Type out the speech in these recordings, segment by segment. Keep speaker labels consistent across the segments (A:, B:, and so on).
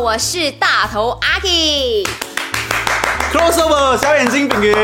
A: 我是大头阿 K。
B: crossover 小眼睛饼云。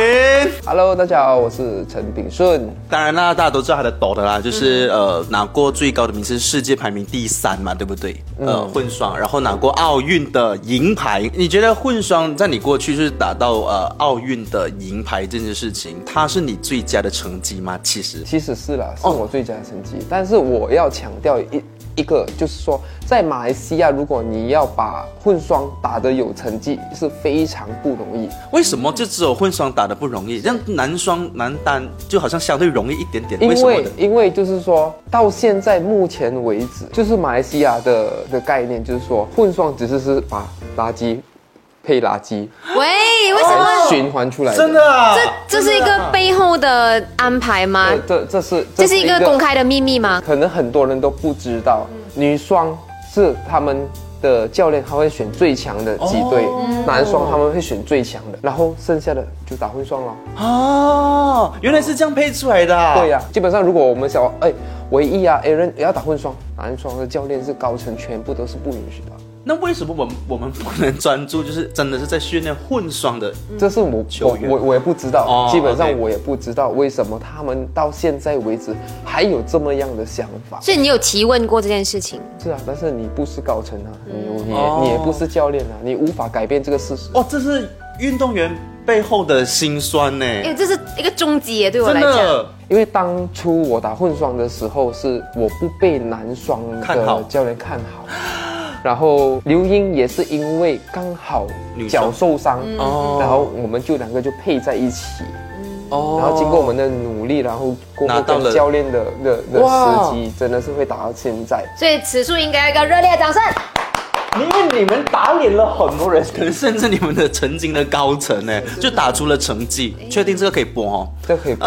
C: Hello，大家好，我是陈炳顺。
B: 当然啦，大家都知道他的抖的啦，就是、
C: 嗯
B: 呃拿过最高的名次，世界排名第三嘛，对不对？
C: 嗯
B: 呃，混双，然后拿过奥运的银牌。你觉得混双在你过去是打到呃奥运的银牌这件事情，它是你最佳的成绩吗？其实
C: 其实是啦，是我最佳的成绩。但是我要强调一一个，就是说，在马来西亚，如果你要把混双打得有成绩，是非常不容易。
B: 为什么就只有混双打的不容易，让男双男单就好像相对容易一点点？
C: 因
B: 为什么
C: 为
B: 呢？
C: 因为就是说到现在目前为止，就是马来西亚的的概念，就是说混双只是是把垃圾配垃圾
A: 喂，为什
C: 来
B: 哦
A: 么？
C: 循环出来的。
B: 真的啊，
A: 这是一个背后的安排吗
B: 哦
C: 呃，？这这是
A: 这是一个公开的秘密吗？
C: 可能很多人都不知道，女双是他们的教练他会选最强的几队，男双他们会选最强的，然后剩下的就打混双了。
B: 哦，原来是这样配出来的、啊。
C: 对呀、基本上如果我们想哎，唯一啊，Aaron 也要打混双，男双的教练是高层全部都是不允许的。
B: 那为什么我们我们不能专注，就是真的是在训练混双的？
A: 嗯
C: 这是我
B: 球
C: 我
B: 员
C: 我我也不知道，
B: 哦
C: 基本上
B: OK
C: 我也不知道为什么他们到现在为止还有这么样的想法。
A: 所以你有提问过这件事情？
C: 是啊，但是你不是高层啊，你你
B: 哦
C: 也你也不是教练啊，你无法改变这个事实。
B: 哦，这是运动员背后的辛酸呢，
A: 因为这是一个终极耶，对我
B: 真
A: 来讲。
B: 的。
C: 因为当初我打混双的时候，是我不被男双
B: 看好
C: 的教练看好，然后刘英也是因为刚好
B: 女双
C: 脚受伤，
B: 哦
C: 然后我们就两个就配在一起，
B: 哦
C: 然后经过我们的努力，然后过
B: 拿
C: 后
B: 到了
C: 跟教练的的的
B: 哇
C: 时机，真的是会打到现在。
A: 所以此处应该有一个热烈的掌声。
B: 因为你们打脸了很多人，可能甚至你们的曾经的高层呢，就打出了成绩。
A: 哎
B: 确定这个可以播哦？
C: 这可 以不，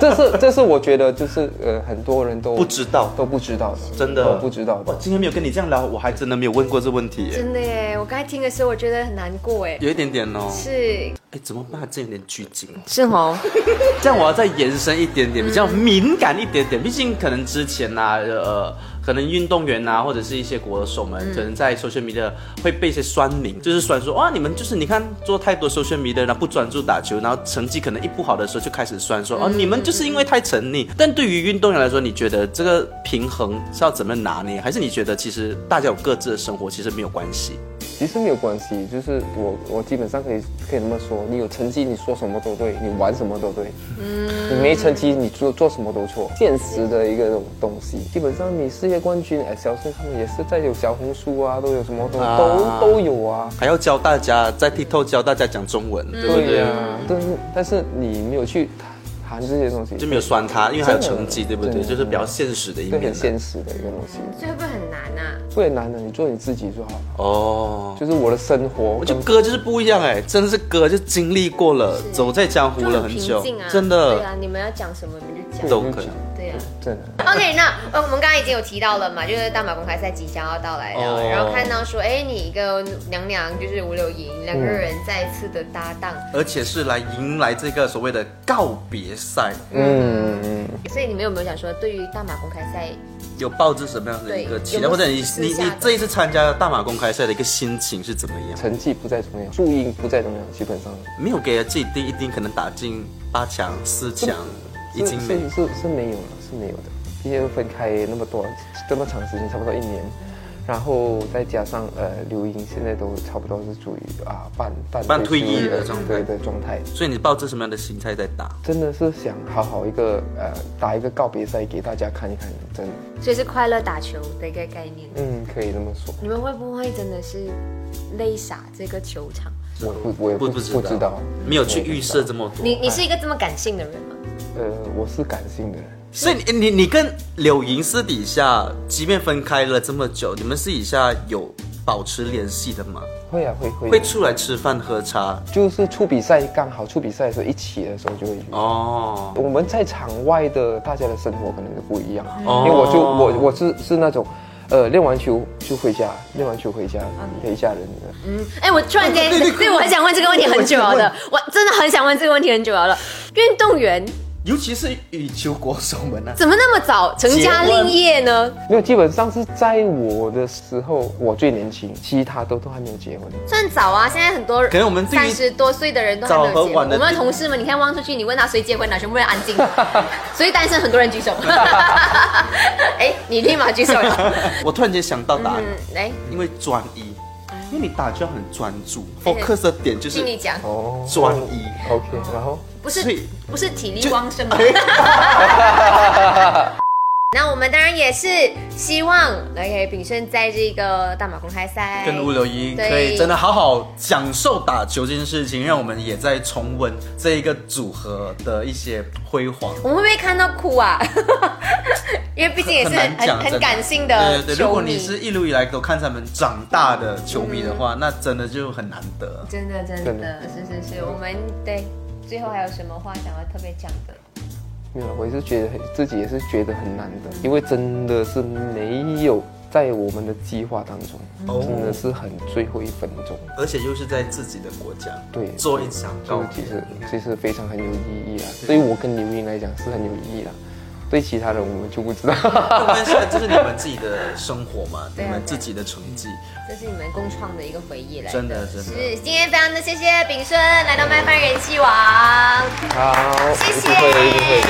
C: 这是这是我觉得就是呃很多人
A: 哦
C: 都
B: 不知道
C: 都不知道的，
B: 真的
C: 都不知道
B: 哇
C: 的，。
B: 今天没有跟你这样聊，我还真的没有问过这问题耶，
A: 真的耶，我刚才听的时候我觉得很难过哎。
B: 有一点点哦。
A: 是
B: 哎，怎么办？这有点拘谨哦。
A: 是哦，
B: 这样我要再延伸一点点，比较敏感一点点。毕竟可能之前呐、呃，可能运动员啊呐、或者是一些国手们，可能在 social media 会被一些酸民，就是酸说哇，你们就是你看做太多 social media，然后不专注打球，然后成绩可能一不好的时候就开始酸说哦，你们就是因为太沉溺。但对于运动员来说，你觉得这个平衡是要怎么拿捏？还是你觉得其实大家有各自的生活，其实没有关系？
C: 其实没有关系，就是我我基本上可以可以那么说，你有成绩你说什么都对，你玩什么都对，你没成绩你做做什么都错，现实的一个东东西。基本上你世界冠军，哎，小孙他们也是在有小红书啊，都有什么都、
B: 啊
C: 都都有啊。
B: 还要教大家在 TikTok 教大家讲中文，对不对？啊
C: 呀、但是但是你没有去谈这些东西，
B: 就没有酸他，因为还有成绩，对
C: 真
B: 不
C: 的
B: 对？
C: 真的
B: 就是比较现实的一
C: 对
B: 面
C: 很
B: 啊。
C: 现实的一个东西。
A: 所以会不会很难啊？
C: 不然难的，你做你自己就好了。
B: 哦，
C: 就是我的生活
B: 我
C: 跟
B: 就哥就是不一样哎，真的是哥就经历过了，走在江湖
A: 就
B: 了
A: 很
B: 很
A: 平
B: 久
A: 静啊，，
B: 真
A: 对
B: 的
A: 啊，你们要讲什么你们就讲。
B: 都可以。
A: 对啊。
C: 真的。
A: OK，那呃，我们刚刚已经有提到了嘛，就是大马公开赛即将要到来了，
B: 哦
A: 然后看到说，哎，你一个娘娘就是吴柳莹，两个人再次的搭档，
B: 而且是来迎来这个所谓的告别赛，
C: 嗯，嗯
A: 所以你们有没有想说，对于大马公开赛，
B: 有抱着什么样的一个
A: 对
B: 期待，
A: 有没有
B: 或者你
A: 私
B: 你
A: 下
B: 你
A: 的
B: 这一次参加大马公开赛的一个心情是怎么样？
C: 成绩不再重要，注音不再重要，基本上
B: 没有给自己定一定可能打进八强、四强，已
C: 是
B: 经没
C: 是是是没有了，是没有的。毕竟分开那么多这么长时间，差不多一年，然后再加上呃，刘英现在都差不多是处于啊半半
B: 半退役的
C: 的
B: 状态
C: 对的状态。
B: 所以你抱着什么样的心态在打？
C: 真的是想好好一个呃打一个告别赛给大家看一看，真的，
A: 所以是快乐打球的一个概念，
C: 嗯，可以这么说。
A: 你们会不会真的是累傻这个球场？
C: 我不我也
B: 不
C: 不
B: 不
C: 不
B: 知
C: 知
B: 道
C: 道，
B: 没有去预设这么多。
A: 你你是一个这么感性的人吗？
C: 呃，我是感性的人。
B: 所以你你你跟柳莹私底下，即便分开了这么久，你们私底下有保持联系的吗？
C: 会啊，会会
B: 会出来吃饭喝茶？
C: 就是出比赛，刚好出比赛的时候一起的时候就会。
B: 哦，
C: 我们在场外的大家的生活可能就不一样，
B: 哦
C: 因为我就我我是是那种，呃，练完球就回家，练完球回家陪家人的。
A: 嗯，哎、我突然间，对我很想问这个问题很久了的，我真的很想问这个问题很久了的。运动员
B: 尤其是羽球国手们啊，
A: 怎么那么早成家立业呢？
C: 没有，基本上是在我的时候，我最年轻，其他都都还没有结婚。
A: 算早啊，现在很多
B: 可能我们对于
A: 三十多岁的人都还没有
B: 早和
A: 结婚。
B: 晚的
A: 我们的同事们，你看望出去，你问他谁结婚了，全部人安 静，所以单身很多人举手。哎，你立马举手 了。
B: 我突然间想到答案，
A: 嗯，来，
B: 因为专一，因为你打就要很专注
A: 对对
B: ，focus 的点就是
A: 听你讲，
C: 哦
B: 专一。
C: OK，然后
A: 不是
B: 所以
A: 不是体力
B: 就
A: 旺盛吗？
D: 哎
A: 那我们当然也是希望，OK，炳胜在这个大马公开赛
D: 跟吴柳莹
A: 对
D: 可以真的好好享受打球这件事情，让我们也在重温这一个组合的一些辉煌。
A: 我们会不会看到哭啊？ 因为毕竟也是很
D: 很难讲
A: 很
D: 真的
A: 很感性的
D: 对对对，如
A: 球
D: 果
A: 迷
D: 你，是一路以来都看他们长大的球迷的
A: 嗯
D: 话，那真的就很难得。
A: 真的真
C: 真
A: 的，是是是，我们对最后还有什么话想要特别讲的？
C: 没有，我也是觉得很自己也是觉得很难的，因为真的是没有在我们的计划当中，
D: 哦
C: 真的是很最后一分钟。
D: 而且又是在自己的国家，
C: 对
D: 做一场
C: 就
D: 告
C: 是
D: 别
C: 其。实其实非常很有意义啦。对于我跟刘英来讲是很有意义啦，对其他人我们就不知道。
D: 但是这是你们自己的生活嘛，你
A: 对啊
D: 们自己的成绩，
A: 这是你们共创的一个回忆来
D: 真的真的
A: 是今天非常的谢谢炳顺来到麦饭人气王，
C: 好，
A: 谢
C: 一
A: 谢
C: 定会的，一定会的。